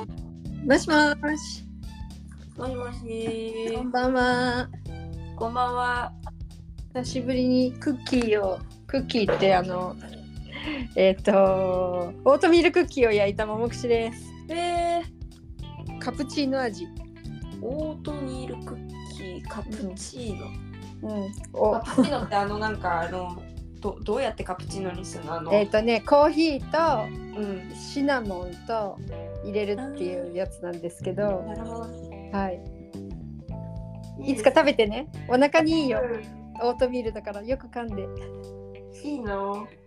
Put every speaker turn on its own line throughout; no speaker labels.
もしもし、
もしもし
こ。んばんは。
こんばんは。
久しぶりにクッキーを、クッキーってあの、えっ、と、オートミールクッキーを焼いた桃串です。
え
カプチーノ味。
ー、オートミールクッキーカプチーノ。
うん。
カ
を
プチーノってあのなんかあのどどうやってカプチーノにするのあの、
えっ、とね、コーヒー
うん
と。シナモンと入れるっていうやつなんですけど、
なるほど。
はい。いつか食べてね。お腹にいいよ。オートミールだからよく噛んで。
いいな。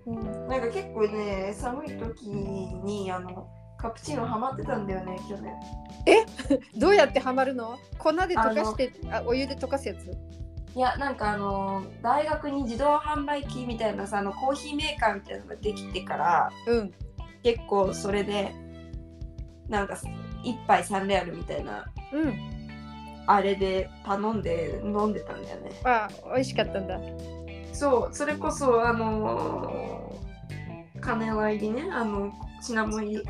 うん、
なんか結構ね寒い時にあのカプチーノハマってたんだよね去年。
どうやってハマるの粉で溶かしてあお湯で溶かすやつ
いやなんかあの大学に自動販売機みたいなさあのコーヒーメーカーみたいなのができてから
うん
結構それでなんか1杯3レアルみたいな
うん
あれで頼んで飲んでたんだよね
あ美味しかったんだ
そうそれこそあのー、金輪入りねあのシナモン入り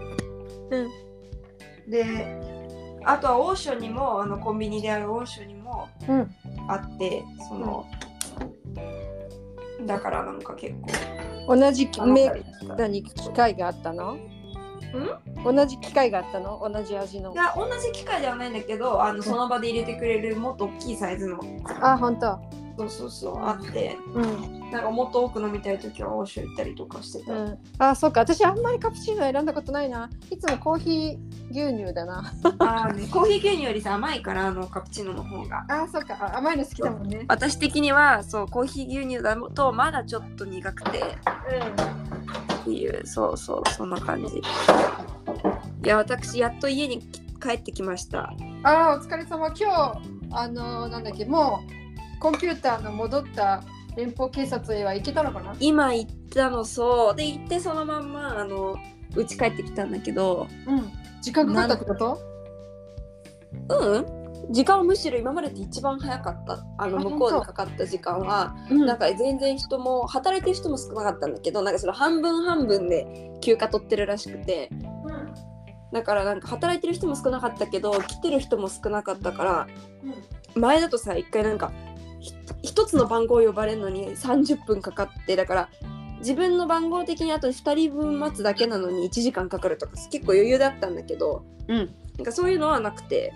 うん
であとは王将にもあのコンビニである王将にも
うん
あってその、だからなんか結構
同じ
あの
メーカーに機械があったの
ん
同じ機械があったの同じ味の
いや同じ機械ではないんだけどあのその場で入れてくれるもっと大きいサイズの
あ本当
そうそうそうあって
うん
なんかもっと多く飲みたい時は欧州行ったりとかしてた、
うんあそうか私あんまりカプチーノ選んだことないないつもコーヒー牛乳だな
あーねコーヒー牛乳よりさ甘いからあのカプチーノの方が
あそうかあ甘いの好きだもんね
私的にはそうコーヒー牛乳だとまだちょっと苦くてっていうそうそうそんな感じいや私やっと家に帰ってきました
うんあお疲れ様今日あのなんだっけもうコンピューターの戻った連邦警察へは行けたのかな
今行ったのそうで行ってそのまんまあのうち帰ってきたんだけど
うん時間かかったってこと
うん時間はむしろ今までで一番早かったあの
あ
向こうで
本当
かかった時間は
うん
なんか全然人も働いてる人も少なかったんだけどなんかその半分半分で休暇取ってるらしくてだからなんか働いてる人も少なかったけど来てる人も少なかったから前だとさ一回なんかひ一つの番号呼ばれるのに30分かかってだから自分の番号的にあと2人分待つだけなのに1時間かかるとか結構余裕だったんだけど
うん
なんかそういうのはなくて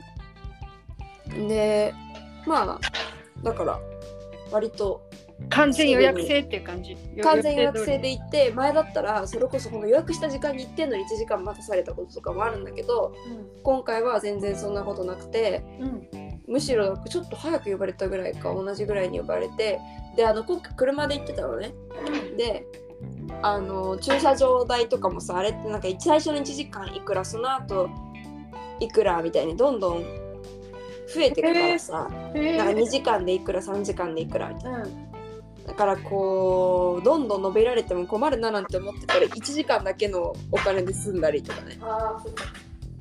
でまあだから割と
完全予約制っていう感じ
完全予約制で行って前だったらそれこそこの予約した時間に行ってんのに1時間待たされたこととかもあるんだけど今回は全然そんなことなくて
うん
むしろちょっと早く呼ばれたぐらいか同じぐらいに呼ばれてであの今回車で行ってたのねであの駐車場代とかもさあれってなんか一最初の1時間いくらその後いくらみたいにどんどん増えてくからさ、
へ
なんか
え
2時間でいくら3時間でいくらみたいな
うん
だからこうどんどん述べられても困るななんて思ってたら1時間だけのお金で済んだりとかね
あ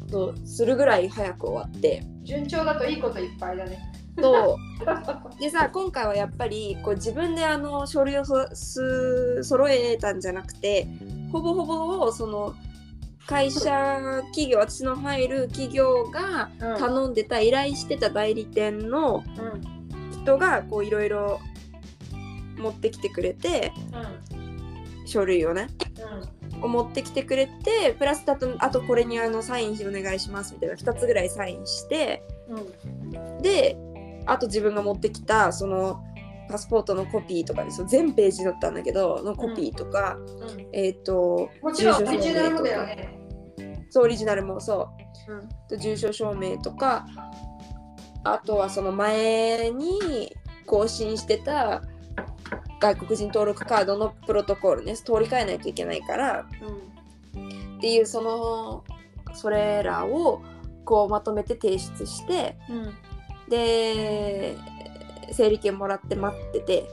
そうするぐらい早く終わって。
順調だといいこといっぱいだね
とでさ今回はやっぱりこう自分であの書類をそす揃えたんじゃなくてほぼほぼをその会社企業私の入る企業が
うん
頼んでた依頼してた代理店の
うん
人がこういろいろ持ってきてくれて書類をねを持ってきてくれてプラスだとあとこれにあのサインお願いしますみたいな2つぐらいサインして。
うんうん
であと自分が持ってきたそのパスポートのコピーとかですよ全ページだったんだけどのコピーとか、
うん
えっ、と
もちろん
住所
オリジナル
証
も
明
だ
と
よ
か
ね
そうオリジナルもそう
うん
と住所証明とかあとはその前に更新してた外国人登録カードのプロトコールね通り替えないといけないからっていうそのそれらをこうまとめて提出して
うんうん
で整理券もらって待ってて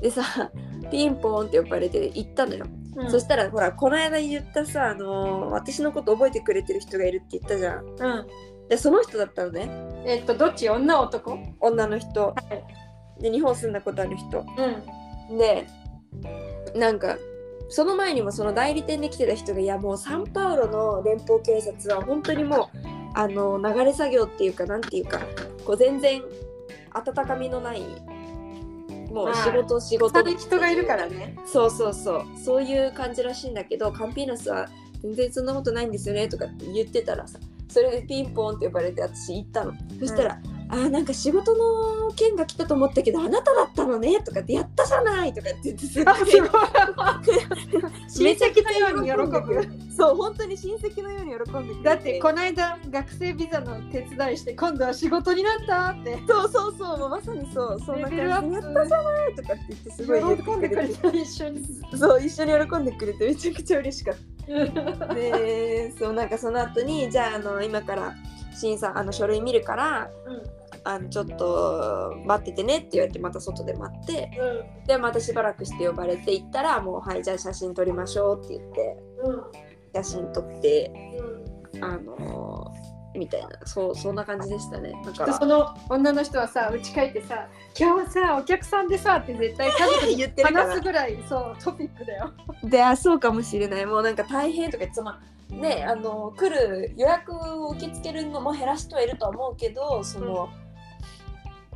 でさピンポーンって呼ばれて行ったのよ、
うん
そしたらほらこの間言ったさ、あのー私のこと覚えてくれてる人がいるって言ったじゃん
うん
でその人だったのね
えっとどっち女男
女の人、で日本住んだことある人
うん
でなんかその前にもその代理店で来てた人がいやもうサンパウロの連邦警察は本当にもうあの流れ作業っていうかなんていうかこう全然温かみのないも
ま
う
あ
仕事仕
他
事
で人がいるから ね。
そうそうそうそういう感じらしいんだけどカンピーナスは全然そんなことないんですよねとかって言ってたらさそれでピンポンって呼ばれて私行ったのそしたら「あーなんか仕事の件が来たと思ったけどあなただったのね」とかって「やったじゃない」とかって言ってすごい
親戚のように喜ぶ。
そう本当に親戚のように喜んでくれ
だってこの間学生ビザの手伝いして今度は仕事になったって
そうそうそうもうまさにそうそんな
レ
感じ
ベ
で
ル
や
ア
っ
ップ
たとかって言ってすごい言って
喜んでくれた一緒に。
そう一緒に喜んでくれてめちゃくちゃ嬉しかったでそうなんかその後にじゃああの今から審査あの書類見るからあのちょっと待っててねって言われてまた外で待ってでまたしばらくして呼ばれて行ったらもうはいじゃあ写真撮りましょうって言って写真撮ってあのーみたいなそうそんな感じでしたねだから
その女の人はさ家帰ってさ今日はさお客さんでさって絶対家族に
言ってるから
話すぐらいそうトピックだよ。
であそうかもしれないもうなんか大変とか言ってまあねあの来る予約を受け付けるのも減らしてはいるとは思うけどその、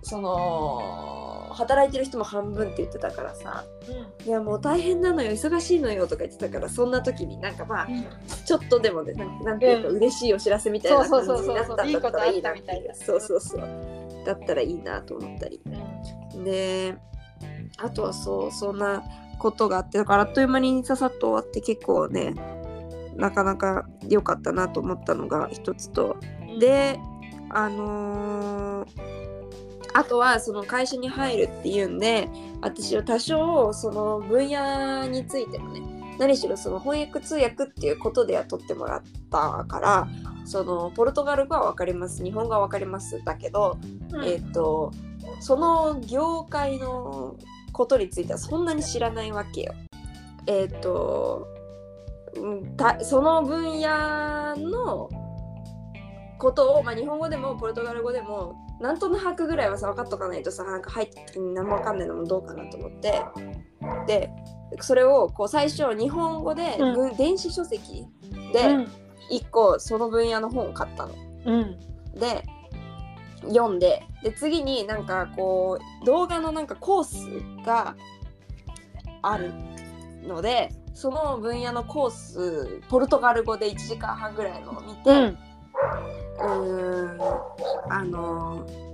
その働いてる人も半分って言ってたからさいやもう大変なのよ忙しいのよとか言ってたからそんな時になんかまあちょっとでもねなんなんていうか
うん
嬉しいお知らせみたいな
そ
感
う
じ
そうそう
に
そう
なったんだったらいいなって
いいことあったみたいな
そうそうそうだったらいいなと思ったりであとはそうそんなことがあってだからあっという間にささっと終わって結構ねなかなか良かったなと思ったのが一つとであのーあとはその会社に入るっていうんで私は多少その分野についてもね何しろその翻訳通訳っていうことで雇ってもらったからそのポルトガル語は分かります日本語は分かりますだけどえっ、とその業界のことについてはそんなに知らないわけよ。えっ、と、うん、たその分野のことを、まあ、日本語でもポルトガル語でもなんとなくぐらいはさ分かっとかないとさなんか入った時に何も分かんないのもどうかなと思ってでそれをこう最初日本語で、
うん
文電子書籍で1個その分野の本を買ったの。
うん
で読んでで次になんかこう動画のなんかコースがあるのでその分野のコースポルトガル語で1時間半ぐらいのを見て、
うん
うーんあのー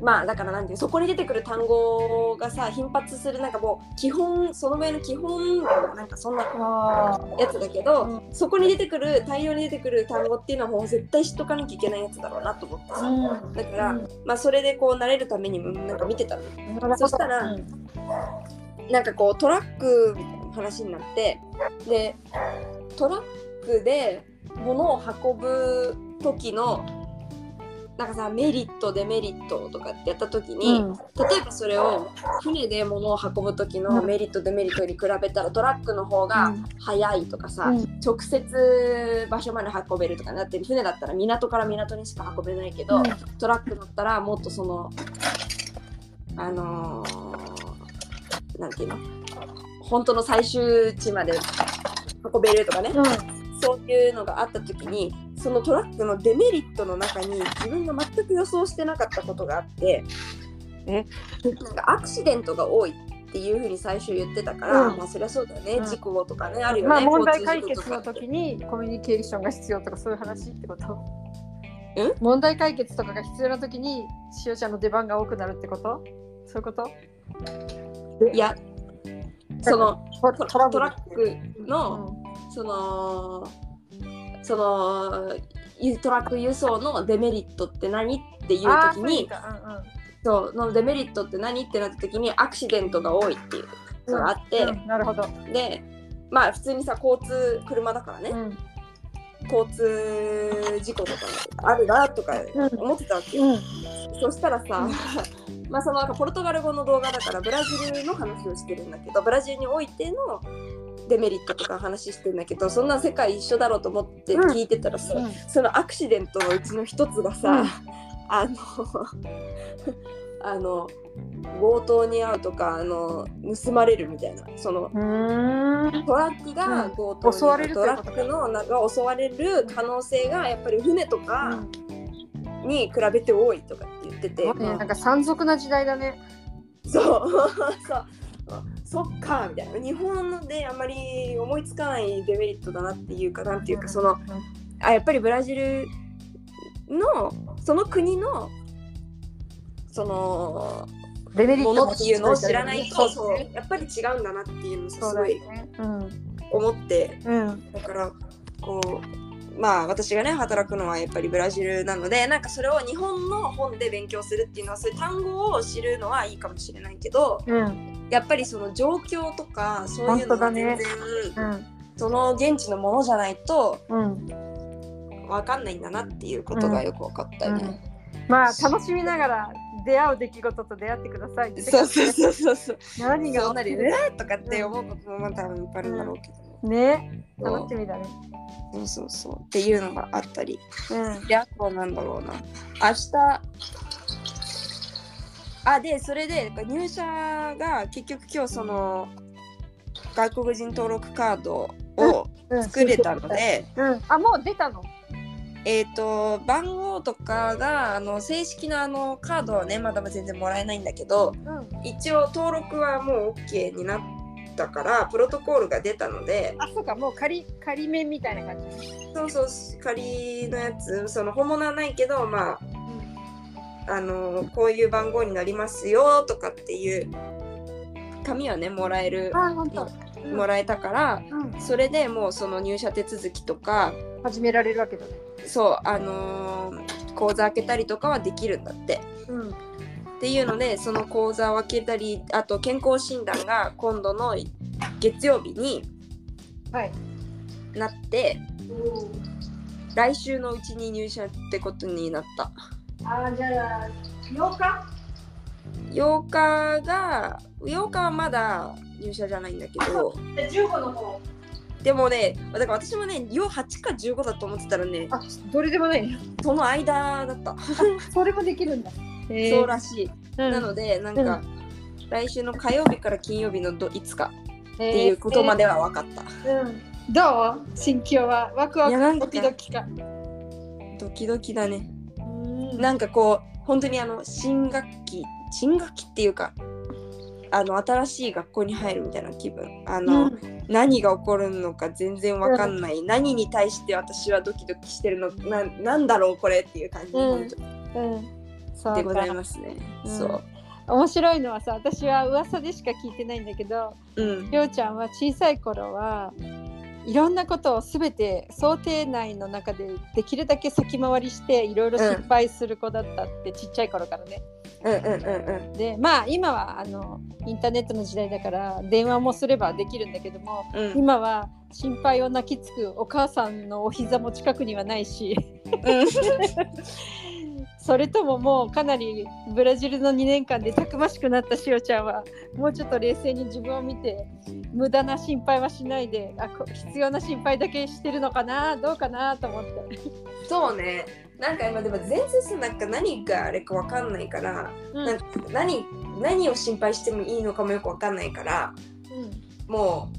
まあだからなんていうそこに出てくる単語がさ頻発するなんかもう基本その上の基本なんかそんなやつだけど、そこに出てくる大量に出てくる単語っていうのはもう絶対知っとかなきゃいけないやつだろうなと思ってさ、
うん
だから、
うん
まあそれでこう慣れるためにもなんか見てたのそしたら
うん
なんかこうトラックみたいな話になってでトラックで物を運ぶ時のなんかさメリットデメリットとかってやった時に、
うん
例えばそれを船で物を運ぶ時のメリットデメリットに比べたらトラックの方が早いとかさ、
うん
直接場所まで運べるとかだって船だったら港から港にしか運べないけど、
うん
トラックだったらもっとそのあのーなんていうの本当の最終地まで運べるとかね、そういうのがあった時にそのトラックのデメリットの中に自分が全く予想してなかったことがあって
え
なんかアクシデントが多いっていうふうに最初言ってたから、
うん
まあそりゃそうだよね、
うん
事故とかねあるよね、
まあ問題解
交通事故と
決
か
の時にコミュニケーションが必要とかそういう話ってこと
え
問題解決とかが必要な時に使用者の出番が多くなるってことそういうこと
いやそのト
トラ
トラックの、
うん
そのそのゆトラック輸送のデメリットって何っていう
あー
時
そういう
に
意味かうんうん
そうのデメリットって何ってなった時にアクシデントが多いっていうのがあって、
うんなるほど、
でまあ普通にさ交通車だからね、
うん
交通事故とかあるなとか思ってたわけよ、そしたらさ まあそのなんかポルトガル語の動画だからブラジルの話をしてるんだけどブラジルにおいてのデメリットとか話してるんだけどそんな世界一緒だろうと思って聞いてたらさ、そのアクシデントのうちの一つがさ、
うん
あのあの強盗に遭うとかあの盗まれるみたいなその
うん。
トラックが強盗に
襲われると
ト
いう
ラ
こと
ッ
か
クのなんか襲われる可能性がやっぱり船とかに比べて多いとかって言ってて、
ね、なんか山賊な時代だね。
そうそうそっかみたいな日本のであんまり思いつかないデメリットだなっていうかなんていうかそのあやっぱりブラジルのその国のその
デメリッ
も
ト
のっていうのを知らない
そ
と
うそう
そうやっぱり違うんだなっていうのをす
そう
ご
だ
い
ね。うん。
思って
うん。
だからこうまあ私がね働くのはやっぱりブラジルなのでなんかそれを日本の本で勉強するっていうのはそういう単語を知るのはいいかもしれないけど
うん。
やっぱりその状況とかそういう
本当
の
だ
が
ね
全然、
うん。
その現地のものじゃないと
うん。
分かんないんだなっていうことがよく分かったよね。
まあ、楽しみながら出会う出来事と出会ってください。
そうそうそうそうそう。
何が
そ
起
んな
き
に
る
ねとかって思うこともまあ多分いっぱいあるんだろうけど、
ね。楽しみだね。
そうそうそうっていうのがあったり。
うん。
で、あとはなんだろうな。明日。あ、で、それで、入社が結局今日その、外国人登録カードを
うん
作れたの。で、
うん。あ、もう出たの。
えっ、と、番号とかが、あの、正式なあの、カードはね、まだ全然もらえないんだけど、
うん。
一応登録はもう OK になったから、プロトコールが出たので、
あ、そうか、もう仮、仮面みたいな感じ。
そうそう仮のやつその本物はないけどまああのこういう番号になりますよとかっていう紙はねもらえる
あ、本
当。
うん
もらえたから
うん。
それでもうその入社手続きとか
始められるわけだね。
そうあのー口座開けたりとかはできるんだって
うん。
っていうのでその口座を開けたりあと健康診断が今度の月曜日に
はい。
なって来週のうちに入社ってことになった
あ、じゃあ、8日。
8日が8日はまだ入社じゃないんだけど
十五の方。
でもねだから私もね8か15だと思ってたらね
あ、どれでもないね。
その間だった、
それもできるんだ。
そうらしい、
うん
なのでなんか、来週の火曜日から金曜日のどいつかっ
って
いうことまでは分かった、
うん。どう心境はワクワ
いやな
ク
んか
ドキドキか。
ドキドキだね
うん
なんかこう本当にあの新学期新学期っていうかあの新しい学校に入るみたいな気分あの、何が起こるのか全然わかんない、何に対して私はドキドキしてるのななんだろうこれっていう感じ、
うん
本当
うん。うんそ
で
う
ござい
か
ますね、
うん
そう
面白いのはさ私は噂でしか聞いてないんだけど
うん
りょうちゃんは小さい頃はいろんなことを全て想定内の中でできるだけ先回りしていろいろ失敗する子だったって、ちっちゃい頃からね。
うんうんうん
でまあ今はあのインターネットの時代だから電話もすればできるんだけども
うんうん
今は心配を泣きつくお母さんのお膝も近くにはないしそれとももうかなりブラジルの2年間でたくましくなったしおちゃんはもうちょっと冷静に自分を見て無駄な心配はしないであこ必要な心配だけしてるのかなどうかなと思って。
そうねなんか今でも全然さなんか何があれかわかんないから、
うん
なんか何何を心配してもいいのかもよくわかんないからも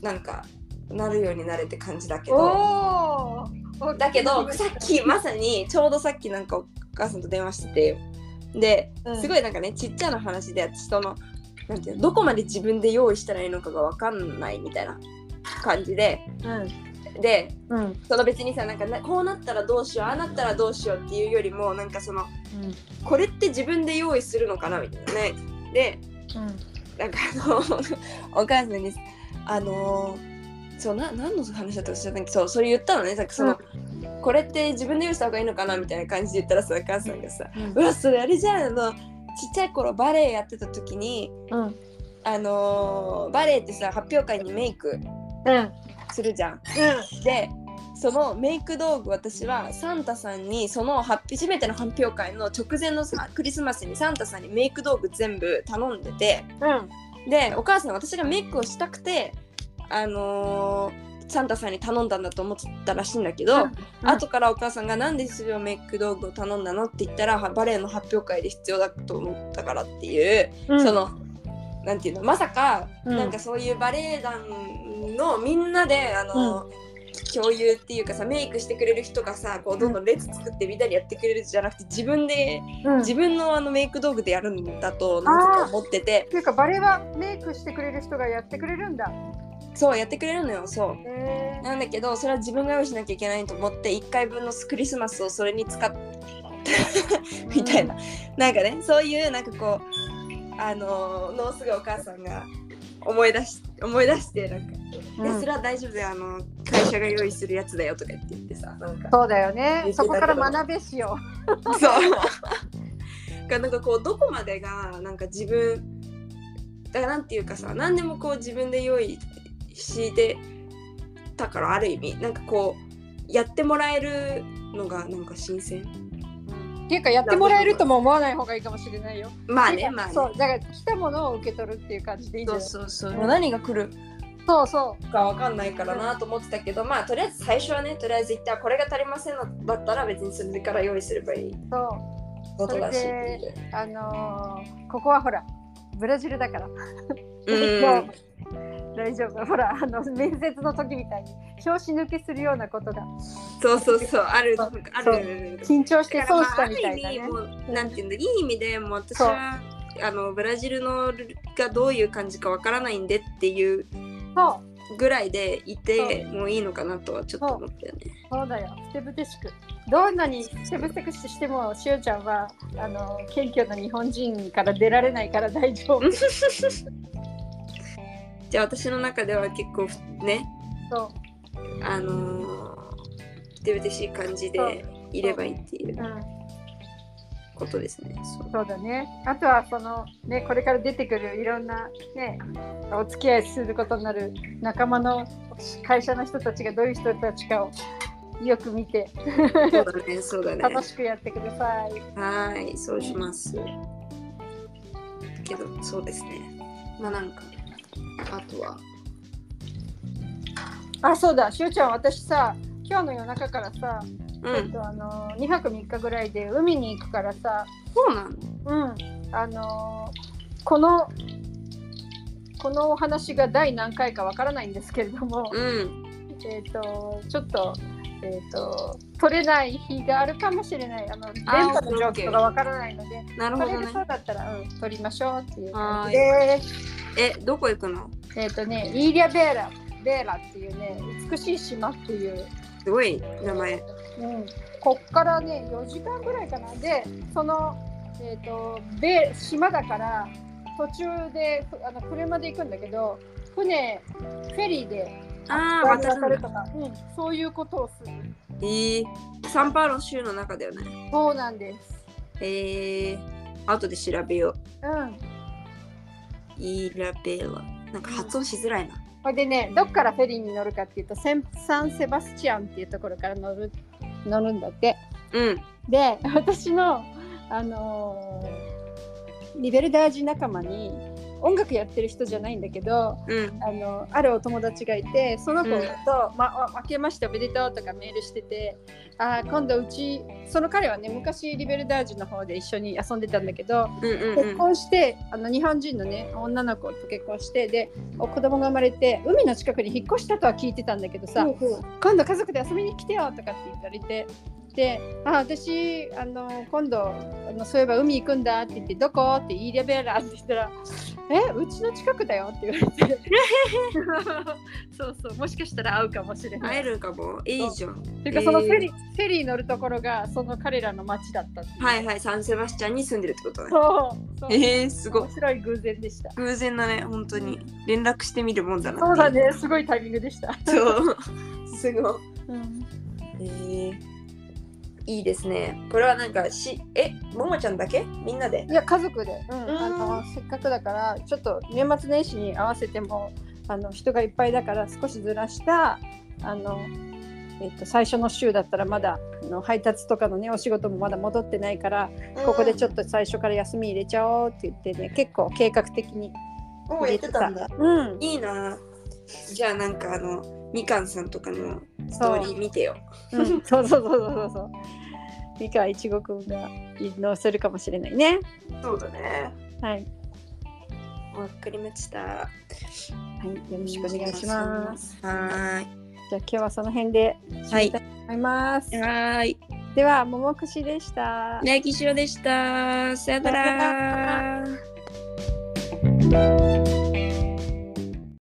うなんかなるようになれって感じだけど
おー
だけどさっきまさにちょうどさっきなんかお母さんと電話しててで
うん
すごいなんかねちっちゃな話で私そのなんていうのどこまで自分で用意したらいいのかが分かんないみたいな感じで
うん
で
うん
その別にさなんかなこうなったらどうしようああなったらどうしようっていうよりもなんかそのこれって自分で用意するのかなみたいなねでなんかあのお母さんにあのーそうな何の話だったか知らないけどそうそれ言ったのねなんかその、これって自分で用意した方がいいのかなみたいな感じで言ったらさお母さんがさ「うわそれあれじゃんあのちっちゃい頃バレエやってた時に
うん
あのーバレエってさ発表会にメイク
うん
するじゃん。でそのメイク道具私はサンタさんにその発初めての発表会の直前のさクリスマスにサンタさんにメイク道具全部頼んでて。
うん
でお母さん私がメイクをしたくてあのーサンタさんに頼んだんだと思ってたらしいんだけど、
うん
後からお母さんが「なんでそれをメイク道具を頼んだの?」って言ったらはバレエの発表会で必要だと思ったからっていう、
うん
そのなんていうのまさか、
うん
なんかそういうバレエ団のみんなであの、共有っていうかさメイクしてくれる人がさこうどんどん列作ってみたりやってくれるじゃなくて自分で
うん
自分のあのメイク道具でやるんだとなんか思ってて
っていうかバレエはメイクしてくれる人がやってくれるんだ。
そうやってくれるのよそう。
へ
なんだけどそれは自分が用意しなきゃいけないと思って1回分のクリスマスをそれに使っみたいな、なんかねそういうなんかこうあのー、のすごいお母さんが思い出し思い出してなんか、
うん
いやそれは大丈夫だよあの会社が用意するやつだよとか言って言ってさなんか
そうだよ
言
ね。
ってた
そ
け
こ
ど
から学べしよ
そう なんかこうどこまでがなんか自分だからなんていうかさ何でもこう自分で用意してたからある意味なんかこうやってもらえるのがなんか新鮮
う。っていうかやってもらえるとも思わない方がいいかもしれないよ。
まあねまあね
そ
そう
うだから来たものを受け取るっていう感じでいいじゃん。
そうそうもう何が来る
そうそ
かわかんないからなと思ってたけどまあとりあえず最初はねとりあえず一旦これが足りませんのだったら別にそれから用意すればいいう
そう
ことだし
それあのーここはほらブラジルだから。
うん
大丈夫ほらあの面接の時みたいに拍子抜けするようなことが
そうそうそうあるあ
そう
る
緊張し
だ
て
から
損
ま
し
あ
たみたいなね
ある意味。もうなんていうんだいい意味でもう私はあのブラジルのルールがどういう感じかわからないんでっていう
そう
ぐらいでいてもういいのかなとはちょっと思ったよね。
そうだよ、ふてぶてしく。どんなにふてぶてくしても、しおちゃんはあの謙虚な日本人から出られないから大丈夫。
じゃあ私の中では結構ね
そ
あのー、ふてぶてしい感じでいればいいっていう
う、うん、
ことですね。そう
そうだね。あとはそのね、これから出てくるいろんなね、お付き合いすることになる仲間の会社の人たちがどういう人たちかをよく見て
そうだねそうだね。
楽しくやってください。
はーい、そうします。けど、そうですね。まあなんか、あとは。
あ、そうだ、しおちゃん、私さ、今日の夜中からさ、
う
ちょっ
ん、
とあの2泊3日ぐらいで海に行くからさ、
そうなの
うん、あのーこのこのお話が第何回かわからないんですけれども、
うん、
えー、とちょっと,、えー、と取れない日があるかもしれないあの電波の状況がわからないので
なる
そ
ほ
れ
ど
で
ね。
そうだったら、うん、取りましょうっていう感じです。
え、どこ行くの
えっ、とねイーリア・ベーラベーラっていうね美しい島っていう、
すごい名前。
うん、こっからね4時間ぐらいかなでその、えー、とで島だから途中でふあの車で行くんだけど船フェリーで
ああ、
渡り渡
渡る
る
ん
と
だ。
か、うん、そういうことをする
えー、サンパウロ州の中だよね。
そうなんです
えー、後で調べよ
うん
う。イーラベーラ。なんか発音しづらいな。
それでねどっからフェリーに乗るかっていうとセンサンセバスチアンっていうところから乗る乗るんだって
うん。
で私のあのーリベルダージ仲間に音楽やってる人じゃないんだけど
うん。
あのあるお友達がいてその子と
うん
「まあ、明けましておめでとう」とかメールしててあー今度うちその彼はね昔リベルダージュの方で一緒に遊んでたんだけど
うんうん
結
うん。
婚してあの日本人のね女の子と結婚してでお子供が生まれて海の近くに引っ越したとは聞いてたんだけどさ、今度家族で遊びに来てよとかって言われて。であ私あの今度あのそういえば海行くんだって言って「どこ?」って「イーリアベラ」って言ったら「えうちの近くだよ」って言われて そうそうもしかしたら会うかもしれな
会
い
えるかも。いいじゃん。
ていうかそのフェリー、フェリー乗るところがその彼らの町だったっていう
はいはい、サンセバスチャンに住んでるってことね。
そうそう
えー、すごい
面。白い偶然でした
偶然だね、本当に。連絡してみるもんだな。
そうだ。ねすごいタイミングでした、
そう。 すごい。
うん、
えー、いいですね。これはなんかし、え、ももちゃんだけみんなで
いや家族で、うん
ん
あのせっかくだからちょっと年末年始に合わせてもあの人がいっぱいだから少しずらしたあの、えっと、最初の週だったらまだあの配達とかのねお仕事もまだ戻ってないからここでちょっと最初から休み入れちゃおうって言ってね結構計画的に
と
入れ
やってたんだ。
うん
いいな。じゃあなんかあのみかんさんとかのストーリー見てよ
うんそうそうそうそうそうそう。三河一護くんが移動するかもしれないね。
そうだね
はい。
わかりましたよ
はい、よろしくお願いします。
はーい
じゃあ今日はその辺で
は
終了したと思います。
はーい
では、ももくしでした。
大吉郎でしたさよなら